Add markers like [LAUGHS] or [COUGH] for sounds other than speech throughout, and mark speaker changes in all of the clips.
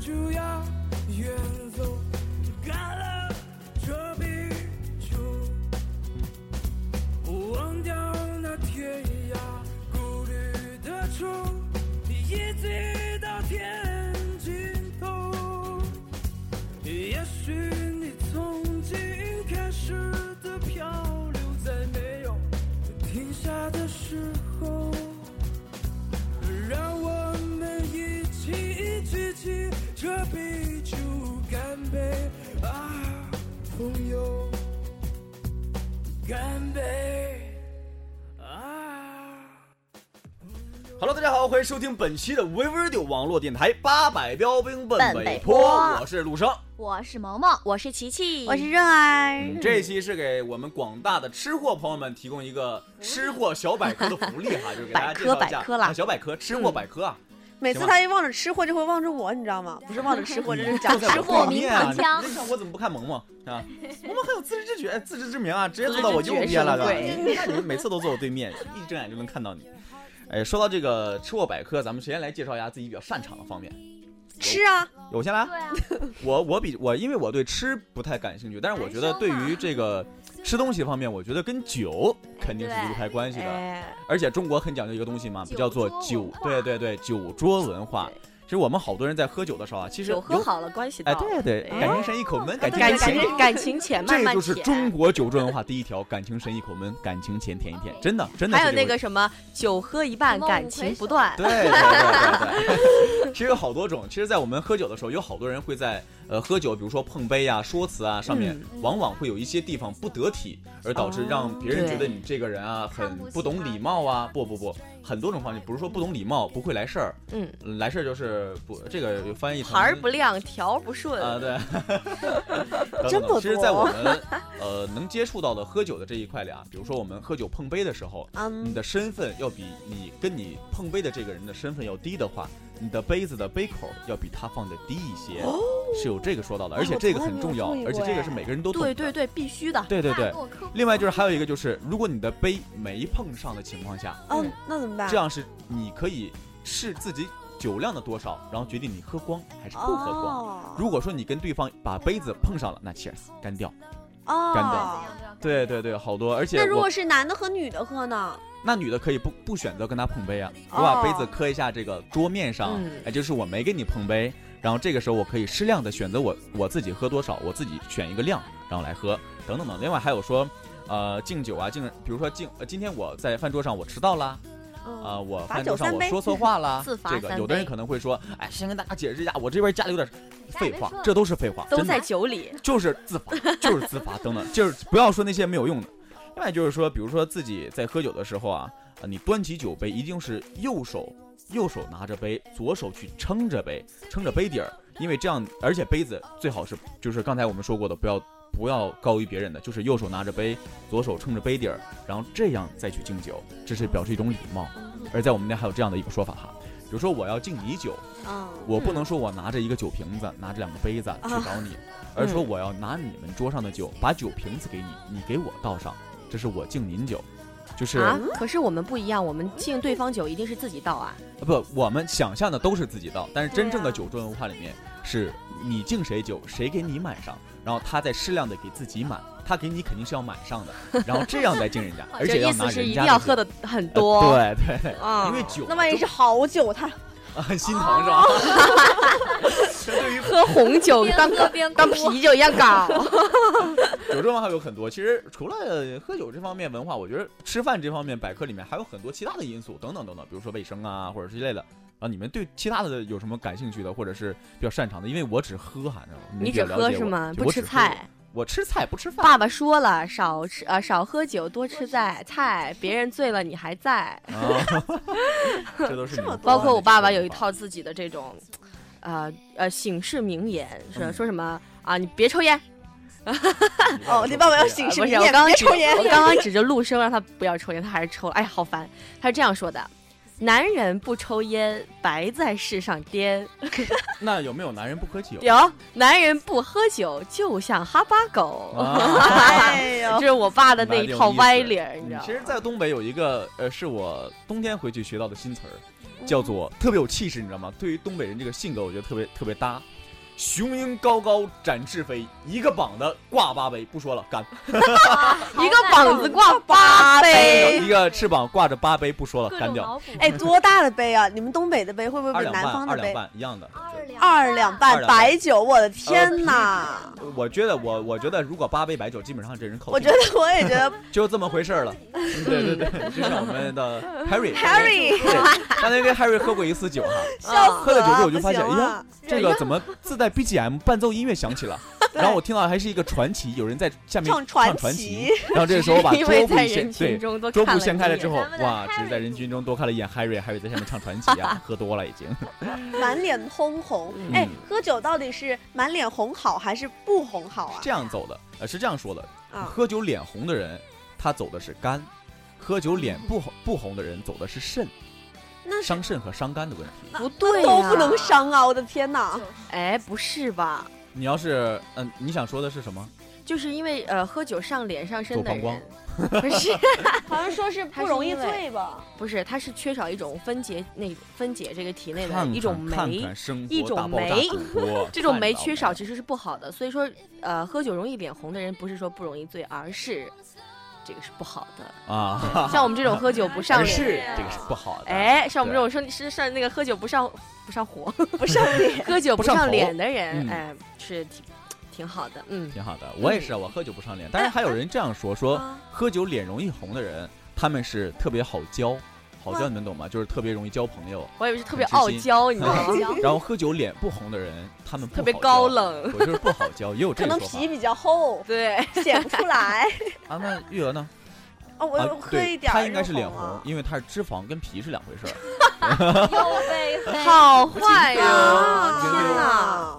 Speaker 1: 就要远走，干了这杯酒，忘掉那天涯孤独的愁，一直到天尽头。也许你从今开始的漂流，在没有停下的时候。让我们一起举起这杯酒，干杯啊，朋友，干杯啊！
Speaker 2: Hello，大家好，欢迎收听本期的 We Radio 网络电台八百标兵奔
Speaker 3: 奔
Speaker 2: 北
Speaker 3: 北
Speaker 2: 坡，
Speaker 3: 坡
Speaker 2: 我是陆生。
Speaker 3: 我是毛毛，我是琪琪，
Speaker 4: 哦
Speaker 5: 我
Speaker 2: 嗯
Speaker 5: 是润
Speaker 4: 啊
Speaker 5: 儿，
Speaker 2: 这期是给我们广大的吃货朋友们提供一个吃货小百科的福利哈，就是给大家介绍一
Speaker 5: 百科
Speaker 2: 下
Speaker 5: 百科啦
Speaker 2: 啊小百科，吃货百科啊，
Speaker 4: 每次他一望着吃货就会望着我，你知道吗？不是望着吃货，这是讲
Speaker 2: 就 [LAUGHS] 在
Speaker 4: 吃
Speaker 2: 我
Speaker 4: 货
Speaker 2: 对。面啊
Speaker 3: 吃货名字腔
Speaker 2: 你像我怎么不看萌萌啊？萌萌很有自知之觉、哎自知之明啊，直接坐到我右边了，
Speaker 5: 自知之
Speaker 2: 对吧？你看你们每次都坐我对面，一睁眼就能看到你。哎，说到这个吃货百科，咱们谁先来介绍一下自己比较擅长的方面？
Speaker 4: 吃啊，
Speaker 2: 我先来啊，
Speaker 3: 对啊，
Speaker 2: 我我比我因为我对吃不太感兴趣，但是我觉得对于这个吃东西方面，我觉得跟酒
Speaker 6: 哎
Speaker 2: 肯定是离不开关系的。
Speaker 4: 哎，
Speaker 2: 而且中国很讲究一个东西嘛，
Speaker 3: 酒
Speaker 2: 叫做
Speaker 3: 桌
Speaker 2: 酒
Speaker 3: 文，化
Speaker 2: 对对对，酒桌文化。其实我们好多人在喝酒的时候啊，其实
Speaker 6: 酒喝
Speaker 2: 有，
Speaker 6: 好了，关系到
Speaker 2: 哎，对
Speaker 6: 了
Speaker 2: 对，
Speaker 6: 哎
Speaker 2: 感情深一口闷，感情
Speaker 6: 感
Speaker 2: 深
Speaker 6: 感
Speaker 2: 一口
Speaker 6: 情感情浅，慢
Speaker 2: 这
Speaker 6: 慢
Speaker 2: 就是
Speaker 6: 舔
Speaker 2: 中国酒桌文化第一条，感情深一口闷，感情浅舔一舔，真的真的
Speaker 6: 还
Speaker 2: 是
Speaker 6: 有
Speaker 2: 这
Speaker 6: 那
Speaker 2: 回
Speaker 6: 个
Speaker 2: 事。
Speaker 6: 什么，酒喝一半，
Speaker 3: 什么
Speaker 6: 感
Speaker 3: 五
Speaker 6: 情
Speaker 3: 魁
Speaker 6: 不
Speaker 3: 首
Speaker 6: 断。
Speaker 2: [LAUGHS] 对对对对对， [LAUGHS] 其实有好多种。其实，在我们喝酒的时候，有好多人会在呃喝酒，比如说碰杯啊、说辞啊上
Speaker 6: 嗯
Speaker 2: 面，往往会有一些地方不得体，而导致让别人觉得你这个人啊很不懂礼貌啊。不不不，很多种方面，不是说不懂礼貌，不会来事儿，
Speaker 6: 嗯，
Speaker 2: 来事儿就是不这个翻译成
Speaker 6: 牌儿不亮，条儿不顺，
Speaker 2: 啊，对， [LAUGHS]
Speaker 4: 真
Speaker 2: 等等
Speaker 4: 不
Speaker 2: 其实，在
Speaker 4: 多
Speaker 2: 我们呃能接触到的喝酒的这一块里啊，比如说我们喝酒碰杯的时候，你
Speaker 4: 嗯，
Speaker 2: 的身份要比你跟你碰杯的这个人的身份要低的话，你的杯子的杯口要比他放的低一些，是有这个说到的，而且这个很重要
Speaker 4: 哦我从来没
Speaker 2: 而
Speaker 4: 有注意，过
Speaker 2: 且这个是每个人都懂的
Speaker 6: 对对对，必须的。
Speaker 2: 对对对
Speaker 3: 大洛克
Speaker 2: 另外就是还有一个就是，如果你的杯没碰上的情况下，
Speaker 4: 嗯，那怎么办？
Speaker 2: 这样是你可以试自己酒量的多少，然后决定你喝光还是不喝光。
Speaker 4: 哦
Speaker 2: 如果说你跟对方把杯子碰上了，那 cheers 干掉。干
Speaker 4: 哦
Speaker 2: 的，
Speaker 3: 啊
Speaker 2: 对对对，好多，而且
Speaker 4: 那如
Speaker 2: 我
Speaker 4: 果是男的和女的喝呢？
Speaker 2: 那女的可以不不选择跟他碰杯啊，我
Speaker 4: 哦
Speaker 2: 把杯子磕一下这个桌面上，
Speaker 6: 嗯，
Speaker 2: 哎，就是我没跟你碰杯，然后这个时候我可以适量的选择我我自己喝多少，我自己选一个量，然后来喝，等等等。另外还有说，呃，敬酒啊，敬，比如说敬，呃，今天我在饭桌上我迟到啦，啊、
Speaker 4: 嗯，
Speaker 2: 我
Speaker 4: 罚
Speaker 2: 饭桌
Speaker 4: 酒
Speaker 2: 上
Speaker 4: 三
Speaker 2: 我
Speaker 4: 杯
Speaker 2: 说错话啦
Speaker 6: 自罚
Speaker 2: 啊这
Speaker 6: 三
Speaker 2: 个
Speaker 6: 杯
Speaker 2: 有的人可能会说，哎，先跟大家解释一下，我这边家里有点废话，这
Speaker 3: 都
Speaker 2: 都是废话，
Speaker 6: 都
Speaker 2: 真的
Speaker 6: 在酒里，
Speaker 2: 就是自罚， [LAUGHS] 就是自罚等等，就是不要说那些没有用的。另外就是说，比如说自己在喝酒的时候啊，啊，你端起酒杯一定是右手右手拿着杯，左手去撑着杯，撑着杯底儿，因为这样，而且杯子最好是就是刚才我们说过的，不要不要高于别人的，就是右手拿着杯，左手撑着杯底儿，然后这样再去敬酒，这是表示一种礼貌。而在我们那还有这样的一个说法哈，比如说我要敬你酒，
Speaker 4: 嗯，
Speaker 2: 我不能说我拿着一个酒瓶子，拿着两个杯子
Speaker 6: 啊
Speaker 2: 去找你，而是说
Speaker 6: 嗯
Speaker 2: 我要拿你们桌上的酒，把酒瓶子给你，你给我倒上，这是我敬您酒，就是、
Speaker 6: 啊，可是我们不一样，我们敬对方酒一定是自己倒啊。
Speaker 2: 呃不，我们想象的都是自己倒，但是真正的
Speaker 4: 对啊
Speaker 2: 酒桌文化里面是你敬谁酒，谁给你满上，然后他再适量的给自己满，他给你肯定是要满上
Speaker 6: [LAUGHS]
Speaker 2: 的，然后这样再敬人家，而且要
Speaker 6: 意
Speaker 2: 拿
Speaker 6: 思是一
Speaker 2: 人
Speaker 6: 定
Speaker 2: 家
Speaker 6: 要
Speaker 2: 酒
Speaker 6: 喝的很
Speaker 2: 呃
Speaker 6: 多。
Speaker 2: 对对，
Speaker 6: 啊
Speaker 2: 因为酒
Speaker 4: 那万一是好酒，他
Speaker 2: 啊 [LAUGHS] 很心疼是吧？这对于
Speaker 6: 喝红酒
Speaker 3: [LAUGHS] 边
Speaker 6: 当
Speaker 3: 喝边哭
Speaker 6: 当啤酒一样
Speaker 4: [LAUGHS]
Speaker 6: 搞。
Speaker 2: 酒桌文化有很多，其实除了喝酒这方面文化，我觉得吃饭这方面百科里面还有很多其他的因素，等等等等，比如说卫生啊，或者之类的。啊，你们对其他的有什么感兴趣的，或者是比较擅长的？因为我只喝，哈，你们
Speaker 6: 你
Speaker 2: 比较
Speaker 6: 只
Speaker 2: 了
Speaker 6: 喝
Speaker 2: 解
Speaker 6: 是
Speaker 2: 我
Speaker 6: 吗？
Speaker 2: 对
Speaker 6: 不
Speaker 2: 我
Speaker 6: 吃
Speaker 2: 只喝
Speaker 6: 菜。
Speaker 2: 我吃菜不吃饭
Speaker 6: 爸爸说了，少吃呃少喝酒，多吃菜菜。别人醉了你还在，
Speaker 2: 啊， [LAUGHS] 这都是你们
Speaker 4: 这么多
Speaker 6: 包括我爸爸有一
Speaker 2: 的
Speaker 6: 套自己的这种，呃呃醒世名言，
Speaker 2: 嗯
Speaker 6: 是说什么啊？你别抽烟，
Speaker 2: 这
Speaker 6: 啊
Speaker 2: 种文化。
Speaker 4: 哦，你爸爸要
Speaker 2: 醒
Speaker 4: 醒
Speaker 6: 不
Speaker 4: 是
Speaker 6: 是
Speaker 4: 你
Speaker 6: 我
Speaker 4: 也
Speaker 6: 刚刚
Speaker 4: 别
Speaker 6: 指
Speaker 4: 抽烟
Speaker 6: 我。刚刚指着陆生让他不要抽烟，他还是抽了，哎，好烦。他是这样说的：男人不抽烟，白在世上颠；
Speaker 2: [LAUGHS] 那有没有男人不喝酒？
Speaker 6: 有男人不喝酒，就像哈巴狗。 [LAUGHS]
Speaker 2: 啊
Speaker 4: 哎
Speaker 6: 这是
Speaker 4: 呦，
Speaker 6: 我爸的那一套歪理儿，你知
Speaker 2: 嗯
Speaker 6: 道
Speaker 2: 其
Speaker 6: 吗？
Speaker 2: 实，在东北有一个呃，是我冬天
Speaker 6: 嗯
Speaker 2: 回去学到的新词儿，叫做特别有气势，你知道吗？对于东北人这个性格，我觉得特别特别搭。雄鹰高高展翅飞，一个膀子挂八杯。不说了，干。
Speaker 6: 一个 [LAUGHS] 膀子挂八杯，
Speaker 2: 一个翅膀挂着八杯，不说了，干掉。
Speaker 3: 补
Speaker 4: 哎，多大的杯啊？你们东北的杯会不会
Speaker 2: 二
Speaker 4: 比
Speaker 2: 两
Speaker 4: 南
Speaker 2: 半，
Speaker 4: 方
Speaker 2: 二
Speaker 4: 的
Speaker 2: 两
Speaker 4: 杯？
Speaker 2: 半一样的。
Speaker 3: 二两
Speaker 4: 二两半
Speaker 2: 二两半
Speaker 4: 白酒，我
Speaker 6: 呃
Speaker 4: 的天哪！
Speaker 2: 就我觉得我我觉得如果八杯白酒，基本上这人口
Speaker 4: 我觉得我也觉
Speaker 6: [LAUGHS]
Speaker 4: 得
Speaker 2: 就这么回事儿了。
Speaker 6: 嗯
Speaker 2: 对对对，这是我们
Speaker 6: [LAUGHS]
Speaker 2: 的 Harry。
Speaker 4: Harry
Speaker 2: 对，刚才跟 Harry 喝过一次酒哈，
Speaker 4: [LAUGHS] 笑死
Speaker 2: 喝了酒之后
Speaker 4: 了，
Speaker 2: 我就
Speaker 4: 不
Speaker 2: 发现
Speaker 4: 行
Speaker 2: 哎
Speaker 4: 了
Speaker 2: 呀。这个怎么自带 BGM [LAUGHS] 伴奏音乐响起
Speaker 6: [LAUGHS]
Speaker 2: 了？然后我听到还是一个传奇，有人在下面
Speaker 4: 唱
Speaker 2: 传
Speaker 4: 传
Speaker 2: 奇
Speaker 4: 奇。
Speaker 2: 然后 [LAUGHS] 这个时候我把
Speaker 6: [LAUGHS] 因为
Speaker 2: 桌布
Speaker 6: 在
Speaker 2: 一掀，
Speaker 6: 人群
Speaker 2: 对，
Speaker 6: 中都
Speaker 2: 桌
Speaker 6: 看
Speaker 2: 布
Speaker 6: 了
Speaker 2: 掀
Speaker 6: 一
Speaker 2: 开了
Speaker 6: 眼
Speaker 2: 之后
Speaker 3: 咱，们的
Speaker 2: 哇，只是在
Speaker 3: Harry
Speaker 2: 人群中多看了一眼 Harry，Harry 在下面唱传奇
Speaker 6: [LAUGHS]
Speaker 2: 啊，喝多了已经。
Speaker 4: 满脸通红。
Speaker 2: 嗯
Speaker 4: 哎，喝酒到底是满脸红好还是不红好啊
Speaker 2: 这？样走的，呃，是这样说的，
Speaker 6: 嗯
Speaker 4: 啊，
Speaker 2: 喝酒脸红的人，他走的是肝；喝酒脸不红不红的人，走的是肾，
Speaker 4: 那是
Speaker 2: 伤肾和伤肝的问题。
Speaker 6: 不对
Speaker 4: 都
Speaker 6: 呀
Speaker 4: 不能伤啊！我的天哪，
Speaker 6: [LAUGHS] 哎，不是吧？
Speaker 2: 你要是，嗯、你想说的是什么？
Speaker 6: 就是因为呃喝酒上脸上身的
Speaker 2: 走
Speaker 6: 人
Speaker 2: 膀，
Speaker 6: [LAUGHS] 不是
Speaker 4: [LAUGHS] 好像说是不容易醉吧？
Speaker 6: 不是，他是缺少一种分解那分解这个体内的
Speaker 2: 看
Speaker 6: 一种
Speaker 2: 看看
Speaker 6: 酶，
Speaker 2: 看生
Speaker 6: 一
Speaker 2: 活
Speaker 6: 种
Speaker 2: 大爆炸
Speaker 6: 酶
Speaker 2: 主播，
Speaker 6: 这种
Speaker 2: 看
Speaker 6: 酶
Speaker 2: 到
Speaker 6: 缺
Speaker 2: 没
Speaker 6: 少其实是不好的。所以说呃喝酒容易脸红的人，不是说不容易醉，而是这个是不好的。
Speaker 2: 啊，
Speaker 6: 像我们这种喝酒不上
Speaker 2: 而哎
Speaker 6: 脸的
Speaker 2: 是
Speaker 6: 人，
Speaker 2: 这个是不好的。
Speaker 6: 哎，像我们
Speaker 2: 对
Speaker 6: 这种说是上那个喝酒不上 [LAUGHS] 不上火，，
Speaker 4: 不上脸
Speaker 6: 喝酒
Speaker 2: 不
Speaker 6: 不
Speaker 2: 上
Speaker 6: 上
Speaker 2: 头
Speaker 6: 脸的人，
Speaker 2: 嗯
Speaker 6: 哎，是挺挺好的，嗯。
Speaker 2: 挺好的，我也是啊，我喝酒不上脸。当然还有人这样说，说 [LAUGHS]
Speaker 4: 啊
Speaker 2: 喝酒脸容易红的人，他们是特别好交，好交你们懂吗？就是特别容易交朋友。
Speaker 6: 我以为是特别
Speaker 2: 很知
Speaker 6: 傲
Speaker 2: 心
Speaker 6: 娇，你知道
Speaker 4: 哦
Speaker 6: 吗？
Speaker 2: 然后喝酒脸不红的人，他们不
Speaker 6: [LAUGHS] 特别
Speaker 2: 好交
Speaker 6: 高冷。
Speaker 2: 我就是不好交，也有这
Speaker 4: 可
Speaker 2: 个
Speaker 4: 能
Speaker 2: 说法
Speaker 4: 皮比较厚，
Speaker 6: 对，
Speaker 4: 显不
Speaker 2: [LAUGHS]
Speaker 4: 出来。
Speaker 2: 啊。那玉娥呢？
Speaker 4: 哦，我
Speaker 2: 啊
Speaker 4: 有，喝
Speaker 2: 对，
Speaker 4: 一点儿就啊，
Speaker 2: 她应该是脸红，因为她是脂肪跟皮是两回事儿。
Speaker 3: 又被黑
Speaker 6: 好坏
Speaker 4: 啊。
Speaker 6: 哟！
Speaker 2: 对
Speaker 6: 天
Speaker 4: 天
Speaker 6: 哪！
Speaker 4: 哪！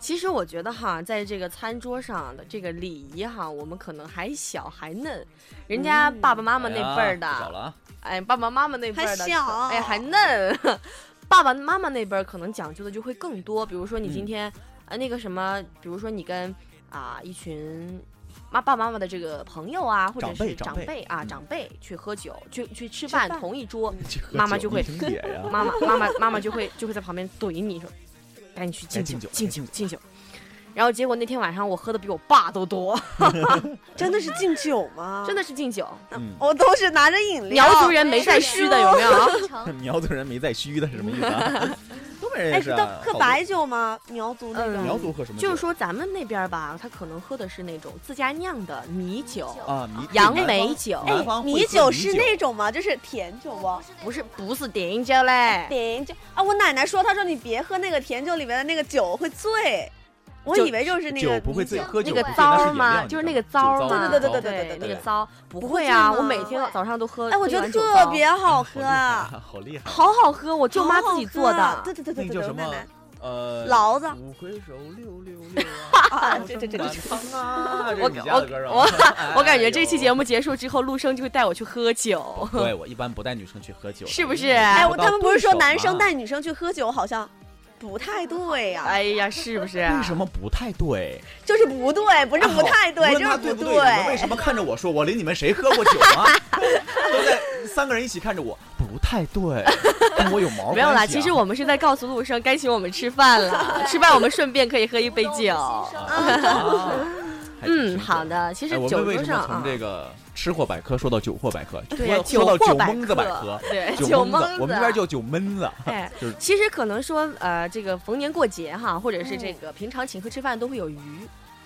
Speaker 6: 其实我觉得哈，在这个餐桌上的这个礼仪哈，我们可能还小还嫩，人家爸爸妈妈
Speaker 2: 哎
Speaker 6: 那
Speaker 2: 呀
Speaker 6: 辈儿
Speaker 2: 不早
Speaker 6: 的，
Speaker 2: 了啊，
Speaker 6: 哎，爸爸妈妈那辈儿的，
Speaker 4: 还小
Speaker 6: 哎，还嫩。爸爸妈妈那辈儿可能讲究的就会更多，比如说你今
Speaker 2: 嗯
Speaker 6: 天，呃，那个什么，比如说你跟啊、一群妈爸爸妈妈的这个朋友啊，或者
Speaker 2: 长辈
Speaker 6: 是
Speaker 2: 长
Speaker 6: 长
Speaker 2: 辈
Speaker 6: 辈啊
Speaker 2: 嗯
Speaker 6: 长辈去喝酒，去去吃
Speaker 4: 吃
Speaker 6: 饭，
Speaker 4: 饭
Speaker 6: 同一桌，
Speaker 2: [LAUGHS] 去喝
Speaker 6: 嗯妈妈
Speaker 2: 酒
Speaker 6: 就
Speaker 2: 你
Speaker 6: 会
Speaker 2: 挺野呀。
Speaker 6: [LAUGHS] 妈妈妈妈妈妈就会就会在旁边怼你说，赶紧去敬
Speaker 2: 敬酒
Speaker 6: 酒敬
Speaker 2: 敬
Speaker 6: 酒
Speaker 2: 酒
Speaker 6: 敬酒。然后结果那天晚上我喝的比我爸都多，
Speaker 4: 真的是敬酒吗？
Speaker 6: 真的，是敬酒，
Speaker 2: 嗯，
Speaker 4: 我都是拿着饮料。
Speaker 6: 苗族人没在虚的有没有？
Speaker 2: 嗯 [LAUGHS] 苗族人没在虚的是什么意思啊？
Speaker 6: [LAUGHS]
Speaker 2: 东北人
Speaker 4: 哎，
Speaker 2: 也是
Speaker 4: 都
Speaker 2: 啊。
Speaker 4: 喝
Speaker 2: 好
Speaker 4: 白酒吗？苗族那
Speaker 2: 多
Speaker 6: 嗯
Speaker 4: 种
Speaker 2: 苗族喝什么酒？
Speaker 6: 就是说咱们那边儿吧，他可能喝的是那种自家酿的米酒、
Speaker 2: 啊，米
Speaker 6: 杨
Speaker 2: 南
Speaker 6: 梅
Speaker 2: 方
Speaker 6: 酒，
Speaker 2: 南方会
Speaker 4: 米
Speaker 2: 喝
Speaker 4: 酒
Speaker 2: 米
Speaker 4: 是那种吗？就是甜酒吗？
Speaker 6: 不是不是碘酒嘞，
Speaker 4: 甜酒啊！我奶奶说，她说你别喝那个甜酒里面的那个酒会醉，我
Speaker 6: 酒
Speaker 4: 以为就是那个
Speaker 2: 酒不会
Speaker 4: 米
Speaker 2: 醉，
Speaker 4: 酒
Speaker 2: 喝酒
Speaker 6: 那
Speaker 2: 不醉
Speaker 6: 个糟
Speaker 2: 那
Speaker 6: 儿
Speaker 2: 是饮
Speaker 6: 嘛，
Speaker 2: 料
Speaker 6: 就是
Speaker 2: 你
Speaker 6: 那
Speaker 2: 知
Speaker 6: 个
Speaker 2: 道
Speaker 6: 糟
Speaker 2: 吗
Speaker 6: 儿
Speaker 2: 酒糟
Speaker 6: 嘛，
Speaker 4: 对对
Speaker 2: 糟
Speaker 4: 对对对
Speaker 6: 那
Speaker 4: 对
Speaker 6: 个
Speaker 2: 对
Speaker 6: 糟儿不
Speaker 4: 不
Speaker 6: 会
Speaker 4: 会
Speaker 6: 啊，
Speaker 4: 醉
Speaker 6: 我
Speaker 4: 吗
Speaker 6: 每天早上都喝，
Speaker 4: 哎，我觉
Speaker 6: 喝
Speaker 4: 得
Speaker 6: 完酒
Speaker 4: 特
Speaker 6: 糟
Speaker 4: 别好喝，好
Speaker 2: 啊 [LAUGHS] 好厉害，
Speaker 6: 好好喝，我舅妈
Speaker 4: 好
Speaker 6: 自己
Speaker 4: 喝
Speaker 6: 做的，
Speaker 4: 对对对
Speaker 2: 那
Speaker 4: 对
Speaker 2: 个叫
Speaker 4: 对对，
Speaker 2: 什
Speaker 4: 我奶
Speaker 2: 么
Speaker 4: 奶
Speaker 2: 呃，
Speaker 4: 醪子，
Speaker 2: 五魁首六六六啊
Speaker 4: 啊这这这这
Speaker 2: 汤啊，这
Speaker 6: 我
Speaker 2: 是你家的歌是吧
Speaker 6: 我
Speaker 2: 哎
Speaker 6: 我 [LAUGHS] 感觉这期节
Speaker 2: 目，
Speaker 6: 目结束之后，陆生就会带我去喝酒。
Speaker 2: 哎对我一般不带女生去喝酒的，
Speaker 6: 是不是
Speaker 2: 因为
Speaker 4: 哎，
Speaker 2: 找
Speaker 4: 我
Speaker 2: 到
Speaker 4: 他们不是
Speaker 2: 对
Speaker 4: 说
Speaker 2: 手嘛
Speaker 4: 男生带女生去喝酒好像不太对呀、
Speaker 6: 哎呀，是不是？
Speaker 2: 为什么不太对？
Speaker 4: 就是不对，不是不太对，
Speaker 2: 哎无论
Speaker 4: 就
Speaker 2: 他
Speaker 4: 是
Speaker 2: 对不
Speaker 4: 对。
Speaker 2: 对？你们为什么看着我说我领你们谁喝过酒啊？ [LAUGHS] 都在三个人一起看着我，不太对，跟我有毛关系啊
Speaker 6: [LAUGHS] 没有啦，其实我们是在告诉陆生该请我们吃饭 [LAUGHS] 了，吃饭我们顺便可以喝一杯酒。
Speaker 2: 啊，还挺
Speaker 6: 嗯，
Speaker 2: 深刻
Speaker 6: 好。的。其实
Speaker 2: 哎，我
Speaker 6: 酒
Speaker 2: 们为
Speaker 6: 桌
Speaker 2: 什
Speaker 6: 上
Speaker 2: 么从
Speaker 6: 啊，
Speaker 2: 这个吃货百科说到酒货百科，
Speaker 6: 对
Speaker 2: 说
Speaker 6: 呀，
Speaker 2: 说到
Speaker 6: 货
Speaker 2: 酒
Speaker 6: 百
Speaker 2: 蒙子百科，，
Speaker 6: 对， [LAUGHS]
Speaker 2: 酒
Speaker 6: 蒙啊
Speaker 2: 我们这边叫酒闷子，啊
Speaker 6: 哎
Speaker 2: 就是，
Speaker 6: 其实可能说，呃，这个逢年过节哈，或者是这个平常请客吃饭都会有余，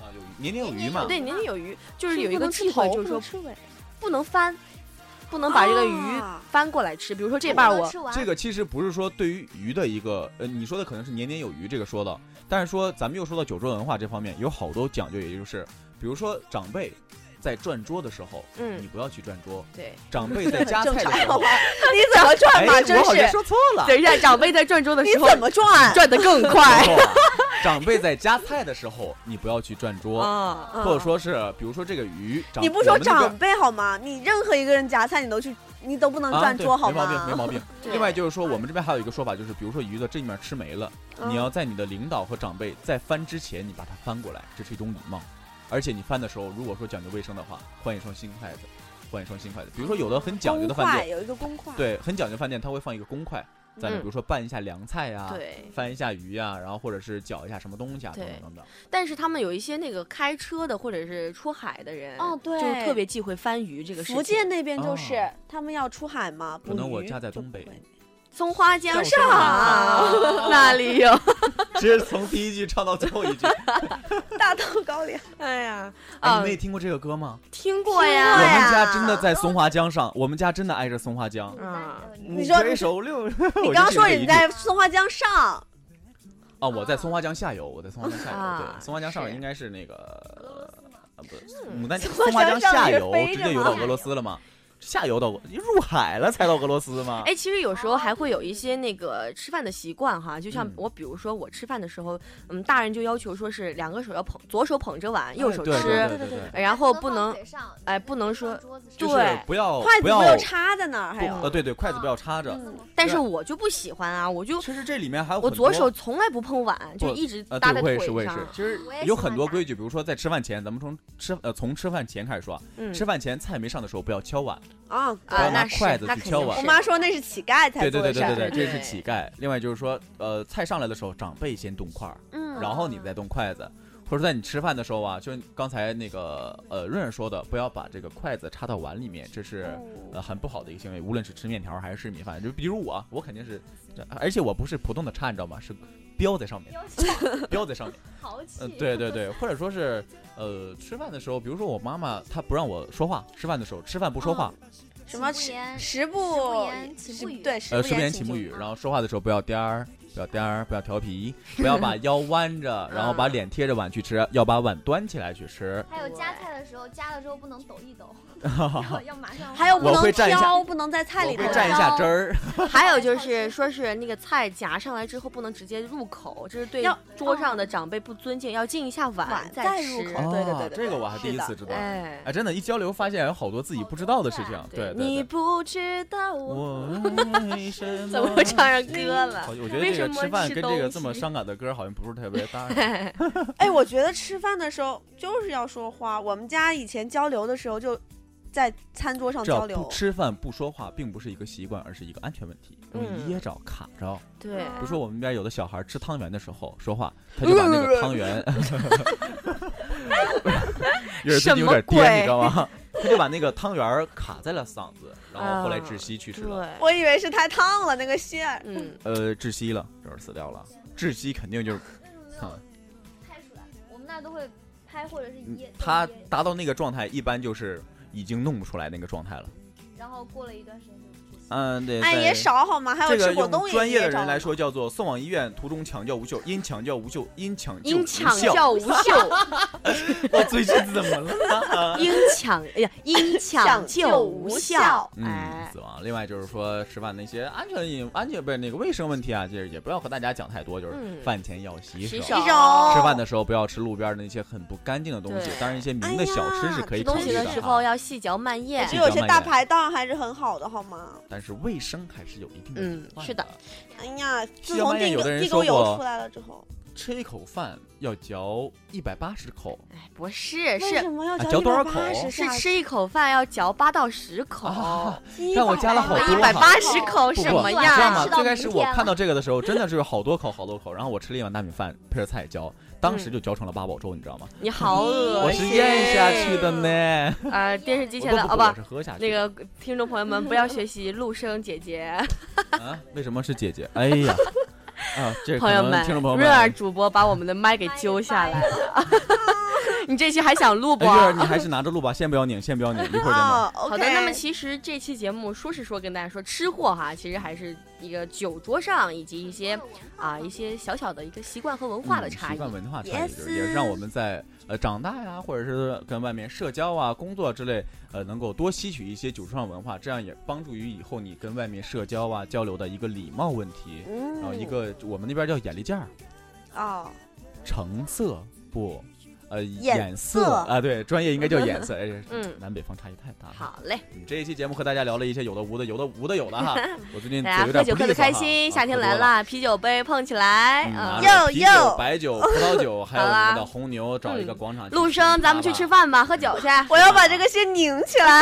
Speaker 2: 啊，有年年有余嘛。
Speaker 6: 对，年年有余，就是有一
Speaker 4: 不
Speaker 6: 个
Speaker 4: 能吃
Speaker 6: 忌讳，就
Speaker 4: 头
Speaker 6: 是
Speaker 4: 不
Speaker 6: 说
Speaker 4: 能吃尾
Speaker 6: 不能翻，不能把这个鱼
Speaker 4: 啊
Speaker 6: 翻过来吃。比如说这半儿我
Speaker 2: 这个其实不是说对于鱼的一个，呃，你说的可能是年年有余这个说到，但是说咱们又说到酒桌文化这方面，有好多讲究，也就是比如说长辈在转桌的时候，
Speaker 6: 嗯啊
Speaker 2: 你不要去转桌；
Speaker 6: 对，
Speaker 2: 长辈
Speaker 6: [LAUGHS]
Speaker 2: 在夹
Speaker 4: 正
Speaker 2: 菜
Speaker 4: 常
Speaker 2: 的时候，
Speaker 4: 你怎么
Speaker 2: 哎，
Speaker 4: 转嘛？真
Speaker 2: 我好像
Speaker 4: 是，
Speaker 2: 说错了，
Speaker 6: 等一下长辈在转桌的
Speaker 4: 你
Speaker 6: 时候
Speaker 4: 怎么转？
Speaker 6: 转得
Speaker 4: [LAUGHS]
Speaker 6: 更快
Speaker 2: 没错啊长辈在夹菜的时候，你不要去转桌，
Speaker 6: 啊。
Speaker 4: 嗯
Speaker 2: 或者，说是比如说这个鱼，长
Speaker 4: 你不说
Speaker 2: 我们那个
Speaker 4: 长辈好吗？你任何一个人夹菜，你都去，你都不能
Speaker 2: 啊，
Speaker 4: 转
Speaker 2: 对，
Speaker 4: 桌好
Speaker 2: 没毛病，没
Speaker 4: 吗？ [LAUGHS]
Speaker 2: 毛病。
Speaker 6: 对
Speaker 2: 另外就是说，我们这边还有一个说法，就是比如说鱼的这一面吃没了，
Speaker 4: 嗯
Speaker 2: 你要在你的领导和长辈在翻之前，你把它翻过来，这是一种礼貌。而且你翻的时候，如果说讲究卫生的话，换一双新筷子，换一双新筷子。比如说有的很讲究的
Speaker 4: 嗯公
Speaker 2: 饭
Speaker 4: 筷
Speaker 2: 店，
Speaker 4: 有一个公筷，
Speaker 2: 对，很讲究饭店，它会放一个公筷，再比
Speaker 6: 嗯
Speaker 2: 如说拌一下凉菜呀、
Speaker 6: 对，
Speaker 2: 翻一下鱼呀、然后或者是搅一下什么东西啊，等
Speaker 6: 对
Speaker 2: 等等等。
Speaker 6: 但是他们有一些那个开车的或者是出海的人，
Speaker 4: 哦
Speaker 3: 嗯
Speaker 4: 对
Speaker 6: 就特别忌讳翻鱼这个事情。
Speaker 4: 福建那边就
Speaker 2: 哦
Speaker 4: 是他们要出海嘛，
Speaker 2: 可
Speaker 4: 捕
Speaker 2: 能我
Speaker 4: 鱼
Speaker 2: 家在
Speaker 4: 就
Speaker 2: 东
Speaker 4: 不
Speaker 2: 北
Speaker 4: 会
Speaker 6: 松花江上
Speaker 2: 叫
Speaker 4: 上
Speaker 6: 哪里有？
Speaker 2: [LAUGHS] 这是从第一句唱到最后一
Speaker 4: [LAUGHS]
Speaker 2: 句。
Speaker 4: 大豆高粱，
Speaker 6: 哎呀，
Speaker 2: 哎，
Speaker 6: 啊
Speaker 2: 你们，也听过这个歌吗？
Speaker 6: 听过
Speaker 2: 我
Speaker 4: 嗯 [LAUGHS] 对
Speaker 6: 呀，
Speaker 2: 们
Speaker 4: 呀
Speaker 2: 家真的在松花江上， [LAUGHS] 我们家真的挨着松花
Speaker 6: 嗯
Speaker 2: 江。
Speaker 4: 你说
Speaker 2: 五魁首
Speaker 4: [LAUGHS]
Speaker 2: 六，
Speaker 4: 你
Speaker 2: 你
Speaker 4: 刚刚说你在松花江上，
Speaker 2: 啊，我在松花江下游，我在松花江下游，
Speaker 6: 啊
Speaker 2: 对，松花江上游
Speaker 6: 是
Speaker 2: 应该是那个呃
Speaker 4: [LAUGHS]
Speaker 2: 不是牡丹江，
Speaker 4: 松
Speaker 2: 松
Speaker 4: 花
Speaker 2: 花
Speaker 4: 江
Speaker 2: 江
Speaker 4: 上
Speaker 2: 下
Speaker 4: 也
Speaker 2: 游
Speaker 4: 飞
Speaker 2: 直
Speaker 4: 着
Speaker 2: 接游
Speaker 4: 吗
Speaker 2: 到俄罗斯了吗？下游到俄入海了才到俄罗斯吗？
Speaker 6: 哎，其实有时候还会有一些那个吃饭的习惯哈，就像
Speaker 2: 嗯
Speaker 6: 我，比如说我吃饭的时候，嗯，大人就要求说是两个手要捧，左手捧着碗，右手
Speaker 2: 哎对
Speaker 6: 吃，
Speaker 2: 对对
Speaker 4: 对对
Speaker 2: 对
Speaker 6: 然后不能，哎
Speaker 3: 哎，
Speaker 6: 不能说
Speaker 3: 桌子上
Speaker 2: 就是
Speaker 6: 对
Speaker 2: 不要
Speaker 4: 筷
Speaker 2: 哦
Speaker 4: 子
Speaker 2: 不
Speaker 4: 没有
Speaker 2: 要
Speaker 4: 插在那儿，还有
Speaker 2: 呃对对，筷子不要插着。
Speaker 4: 嗯
Speaker 6: 但是我就不喜欢啊，我就
Speaker 2: 其实这里面还有
Speaker 6: 我
Speaker 2: 很
Speaker 6: 左
Speaker 2: 多
Speaker 6: 手从来不碰碗，就
Speaker 2: 不
Speaker 6: 一直
Speaker 2: 呃，
Speaker 6: 搭
Speaker 2: 对，
Speaker 6: 在
Speaker 2: 我
Speaker 6: 腿
Speaker 2: 也是，我也
Speaker 6: 上
Speaker 2: 是。。其实
Speaker 3: 我也喜
Speaker 2: 有很
Speaker 3: 欢
Speaker 2: 多
Speaker 3: 打
Speaker 2: 规矩，比如说在吃饭前，咱们从吃呃从吃饭前开始说啊，
Speaker 6: 嗯，
Speaker 2: 吃饭前菜没上的时候不要敲碗，
Speaker 4: 啊，
Speaker 2: 不要，
Speaker 6: 啊
Speaker 4: 对
Speaker 2: 拿
Speaker 6: 那是
Speaker 2: 筷子
Speaker 6: 那
Speaker 2: 去
Speaker 6: 肯
Speaker 2: 敲
Speaker 6: 定
Speaker 2: 碗
Speaker 4: 我
Speaker 6: 是
Speaker 4: 妈说那是乞丐才
Speaker 2: 对
Speaker 4: 做
Speaker 2: 对
Speaker 4: 的
Speaker 2: 对
Speaker 4: 事
Speaker 2: 对对
Speaker 4: 儿，
Speaker 2: 这
Speaker 6: 对
Speaker 2: 是乞丐。另外就是说，呃，菜上来的时候，长辈先动筷儿，
Speaker 6: 嗯
Speaker 2: 然后你再动筷子，或者在你吃饭的时候啊，就刚才那个呃润润说的，不要把这个筷子插到碗里面，这是。呃，很不好的一个行为，无论是吃面条还是吃米饭，就比如我，我肯定是，而且我不是普通的插，你知道吗？是标在上面，
Speaker 3: 标签
Speaker 2: 标在上面。
Speaker 3: 豪气，
Speaker 2: 嗯，
Speaker 6: [LAUGHS]
Speaker 2: 对对对，或者说是，呃，吃饭的时候，比如说我妈妈她不让我说话，吃饭的时候吃饭不说话，
Speaker 4: 什么
Speaker 3: 食不言
Speaker 4: 食
Speaker 3: 不
Speaker 4: 不
Speaker 3: 言寝不语
Speaker 4: 对，
Speaker 2: 呃，
Speaker 4: 食
Speaker 2: 食
Speaker 4: 不
Speaker 2: 不言
Speaker 4: 寝
Speaker 2: 寝不
Speaker 4: 就
Speaker 2: 语，然后说话的时候不要颠儿，不要颠儿，不要调皮，不要把腰弯着，然后把
Speaker 6: 啊
Speaker 2: 脸贴着碗去吃，要把碗端起来去吃。
Speaker 3: 还有夹菜的时候，夹的时候不能抖一
Speaker 2: [LAUGHS]
Speaker 3: 抖，要要马上
Speaker 4: 还有不
Speaker 2: 我
Speaker 4: 能
Speaker 2: 会蘸一下
Speaker 4: 挑，不能在菜
Speaker 2: 我
Speaker 4: 里
Speaker 2: 会
Speaker 4: 头
Speaker 3: 的
Speaker 2: 蘸一下
Speaker 3: 刀
Speaker 2: 汁儿，
Speaker 6: 还有就是说是那个菜夹上来之后不能直接入口，这是对
Speaker 4: 要
Speaker 6: 桌上的长辈不尊敬，要敬一下碗
Speaker 4: 碗再入
Speaker 6: 吃。
Speaker 4: 口对对
Speaker 2: 啊
Speaker 4: 对对
Speaker 2: 这个
Speaker 4: 对
Speaker 2: 我还第
Speaker 4: 是
Speaker 2: 一
Speaker 4: 的
Speaker 2: 次知道。 [LAUGHS]
Speaker 6: 哎，
Speaker 2: 哎，真的，一交流发现有好多自己不知道的事情。对，对
Speaker 6: 你
Speaker 2: 对
Speaker 6: 不知道我
Speaker 2: 我为什么？
Speaker 6: [LAUGHS] 怎么唱上歌了
Speaker 2: 嗯好？我觉得
Speaker 6: 为
Speaker 2: 这个
Speaker 6: 什么
Speaker 2: 吃饭
Speaker 6: 吃
Speaker 2: 跟这个
Speaker 6: 东
Speaker 2: 这么
Speaker 6: 西
Speaker 2: 伤感的歌好像不是特别搭。
Speaker 4: 哎，我觉得吃饭的时候就是要说话。我们家以前交流的时候就在餐桌上
Speaker 2: 这
Speaker 4: 哦交
Speaker 2: 不
Speaker 4: 流，
Speaker 2: 吃饭不说话，并不是一个习惯，而是一个安全问题，容易
Speaker 6: 嗯
Speaker 2: 噎着、卡着。
Speaker 6: [LAUGHS]
Speaker 2: [LAUGHS]
Speaker 6: 对，
Speaker 2: 比如说我们家有的小孩吃汤圆的时候说话，他就把那个汤圆，有点最近有点
Speaker 6: 什么鬼
Speaker 2: 颠，你知道吗？他就把那个汤圆儿卡在了嗓子，然后后来窒息去世了，
Speaker 6: 对，
Speaker 4: 我以为是太烫了那个馅儿。
Speaker 6: 嗯，
Speaker 2: 呃，窒息了，就是死掉了。窒息肯定就是啊
Speaker 3: 为什么没有拍出来？我们那都会拍或者是
Speaker 2: 嗯
Speaker 3: 噎，
Speaker 2: 他
Speaker 3: 都噎
Speaker 2: 达到那个状态，一般就是已经弄不出来那个状态了。
Speaker 3: 然后过了一段时间就出现。
Speaker 2: 嗯，对。
Speaker 4: 哎，
Speaker 2: 在
Speaker 4: 也少好吗？还有
Speaker 2: 这
Speaker 4: 吃
Speaker 2: 个
Speaker 4: 果冻
Speaker 2: 用
Speaker 4: 也
Speaker 2: 专业的
Speaker 4: 噎着
Speaker 2: 人来
Speaker 4: 了
Speaker 2: 说叫做送往医院途中抢救无效，因抢救无效，因抢救
Speaker 6: 应
Speaker 2: 无
Speaker 6: 抢
Speaker 2: 效。哦
Speaker 6: 叫
Speaker 2: [LAUGHS]
Speaker 6: 无效，
Speaker 2: 我最近怎么
Speaker 6: [LAUGHS]
Speaker 2: 了？
Speaker 6: 应抢哎呀，
Speaker 2: [LAUGHS]
Speaker 6: 应抢救无效，
Speaker 2: 嗯，
Speaker 6: 哎，
Speaker 2: 死亡。另外就是说，吃饭那些安全饮、安全不是那个卫生问题啊，就是也不要和大家讲太多，就是
Speaker 6: 嗯
Speaker 2: 饭前要洗
Speaker 6: 洗
Speaker 2: 手，
Speaker 6: 手
Speaker 4: 一种
Speaker 2: 吃饭的时候不要吃路边的那些很不干净的东西
Speaker 6: 对，哎
Speaker 2: 当然一些名的小吃是可以
Speaker 6: 吃
Speaker 2: 考
Speaker 6: 东
Speaker 2: 虑
Speaker 6: 西
Speaker 2: 的
Speaker 6: 的时候
Speaker 2: 啊。
Speaker 6: 要细嚼慢咽
Speaker 4: 我
Speaker 2: 细
Speaker 4: 觉得
Speaker 2: 嚼
Speaker 4: 有些
Speaker 2: 慢
Speaker 4: 大
Speaker 2: 咽
Speaker 4: 排档还是很好的，好吗？
Speaker 2: 但是卫生还是有一定的
Speaker 6: 嗯
Speaker 2: 隐患
Speaker 6: 是的
Speaker 4: 哎呀，
Speaker 2: 西
Speaker 4: 自
Speaker 2: 班
Speaker 4: 从
Speaker 2: 牙
Speaker 4: 地
Speaker 2: 有的
Speaker 4: 沟
Speaker 2: 人
Speaker 4: 地
Speaker 2: 说
Speaker 4: 沟油
Speaker 2: 过
Speaker 4: 出来了之后，
Speaker 2: 吃一口饭要嚼一百八十口，
Speaker 6: 哎，不是，
Speaker 4: 为什
Speaker 6: 是
Speaker 4: 么要
Speaker 2: 啊
Speaker 4: 嚼
Speaker 2: 嚼多少口
Speaker 4: 180
Speaker 6: 是
Speaker 4: 下去？
Speaker 6: 吃一口饭要嚼八到十口，
Speaker 2: 啊
Speaker 4: 180
Speaker 2: 但我加了好
Speaker 4: 下
Speaker 2: 多
Speaker 6: 一
Speaker 4: 去
Speaker 6: 百
Speaker 2: 哈
Speaker 6: 八十口
Speaker 2: 不
Speaker 6: 什
Speaker 2: 不
Speaker 6: 么
Speaker 2: 你知道
Speaker 6: 呀
Speaker 2: 吗？
Speaker 3: 吃？到
Speaker 2: 最开
Speaker 3: 明
Speaker 2: 始我
Speaker 3: 天
Speaker 2: 看到这个的时候，真的是有好多口好多口，然后我吃了一碗大米饭配着菜嚼，当时就嚼成了八宝粥，你知道吗？
Speaker 6: [LAUGHS] 你好嗯恶
Speaker 2: 嗯我
Speaker 6: 心！
Speaker 2: 是咽下去的呢，
Speaker 6: 啊、电视机前
Speaker 2: 我
Speaker 6: 的
Speaker 2: 都
Speaker 6: 哦
Speaker 2: 不我
Speaker 6: 不，
Speaker 2: 是喝下去
Speaker 6: 那
Speaker 2: 的。
Speaker 6: 个听众朋友们不要学习陆生姐姐，
Speaker 2: 啊，为什么是姐姐？哎
Speaker 6: [LAUGHS]
Speaker 2: 呀，啊，这可
Speaker 6: 友
Speaker 2: 能
Speaker 6: 们，
Speaker 2: 听众朋友
Speaker 6: 润儿
Speaker 2: 们。
Speaker 6: 主播把我们的麦给揪下来了。你这期还想录不？
Speaker 2: 哎，月儿，你还是拿着录吧，先不要拧，先不
Speaker 6: [LAUGHS]
Speaker 2: 要拧，一会儿再拧。
Speaker 4: 哦，OK。
Speaker 6: 好的，那么其实这期节目说是说跟大家说吃货哈，其实还是一个酒桌上以及一
Speaker 3: [LAUGHS]
Speaker 6: 些啊一些小小的一个习惯和文化的
Speaker 2: 嗯
Speaker 6: 差
Speaker 2: 习
Speaker 6: 异。
Speaker 2: 惯文化差异，
Speaker 4: Yes
Speaker 2: 就是也是让我们在呃长大呀，或者是跟外面社交啊、工作之类，呃，能够多吸取一些酒桌上文化，这样也帮助于以后你跟外面社交啊、交流的一个礼貌问题。
Speaker 4: 嗯，
Speaker 2: 然哦后一个我们那边叫眼力劲儿，
Speaker 4: 哦，
Speaker 2: 成色不，呃，
Speaker 4: 眼
Speaker 2: 眼色
Speaker 4: 色
Speaker 2: 啊，对，专业应该叫眼色。哎，
Speaker 6: [LAUGHS] 嗯
Speaker 2: 南北方差异太大了。，
Speaker 6: 好嘞，
Speaker 2: 嗯，这一期节目和大家聊了一些有的无的，有的无的有的
Speaker 6: [LAUGHS]
Speaker 2: 哈。我最近嗯嘴
Speaker 6: 大
Speaker 2: 有点
Speaker 6: 家喝酒
Speaker 2: 不
Speaker 6: 喝
Speaker 2: 利
Speaker 6: 得
Speaker 2: 索哈
Speaker 6: 开心，
Speaker 2: 啊
Speaker 6: 夏天
Speaker 2: 喝
Speaker 6: 来
Speaker 2: 多了。
Speaker 6: 了，啤酒杯碰起来
Speaker 2: 嗯拿
Speaker 6: 啊！
Speaker 2: 着
Speaker 4: 哟
Speaker 2: 啤
Speaker 4: 哟
Speaker 2: 酒、白酒、葡萄
Speaker 6: [LAUGHS]
Speaker 2: 酒，还有
Speaker 6: 好
Speaker 2: 我
Speaker 6: 啦
Speaker 2: 们的红牛，找一个
Speaker 6: 嗯
Speaker 2: 广场。
Speaker 6: 陆生，咱们去吃。饭吧，喝酒去。
Speaker 2: 嗯
Speaker 4: 我要把这个先拧起来。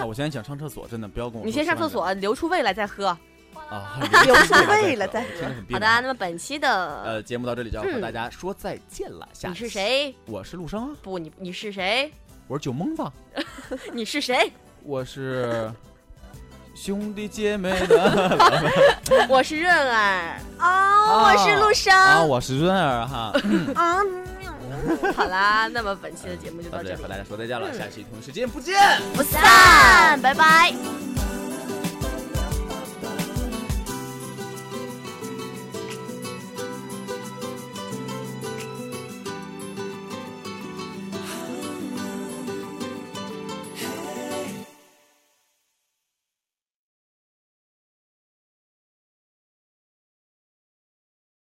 Speaker 2: 啊，我现在想上厕所，真的不要跟我。
Speaker 6: 你先上厕。所，留出胃来再喝。
Speaker 3: 换
Speaker 6: [LAUGHS]
Speaker 2: 啊，
Speaker 4: 有时候为了再
Speaker 2: 真的很别扭
Speaker 6: 好的，那么本期的
Speaker 2: 呃，节目到这里就要和
Speaker 6: 嗯
Speaker 2: 大家说再见了。下
Speaker 6: 你是
Speaker 2: 期？
Speaker 6: 谁？
Speaker 2: 我是陆生啊，
Speaker 6: 不，你你是谁？ [LAUGHS]
Speaker 2: 我是酒蒙子，
Speaker 6: 你是谁？
Speaker 2: [LAUGHS]
Speaker 6: [LAUGHS]
Speaker 2: 我是 [LAUGHS] 兄弟姐妹
Speaker 6: [LAUGHS]
Speaker 2: 的
Speaker 6: 我是润儿。
Speaker 4: 啊，我是陆生
Speaker 2: 啊，我是润儿哈。
Speaker 4: 啊，
Speaker 6: 好啦，那么本期的节目就
Speaker 2: 到
Speaker 6: 到
Speaker 2: 这
Speaker 6: 这
Speaker 2: 里
Speaker 6: 里
Speaker 2: 和，大家说再见了，
Speaker 6: 嗯
Speaker 2: 下期同一时间不见。
Speaker 6: 不散，拜拜。
Speaker 3: 嗯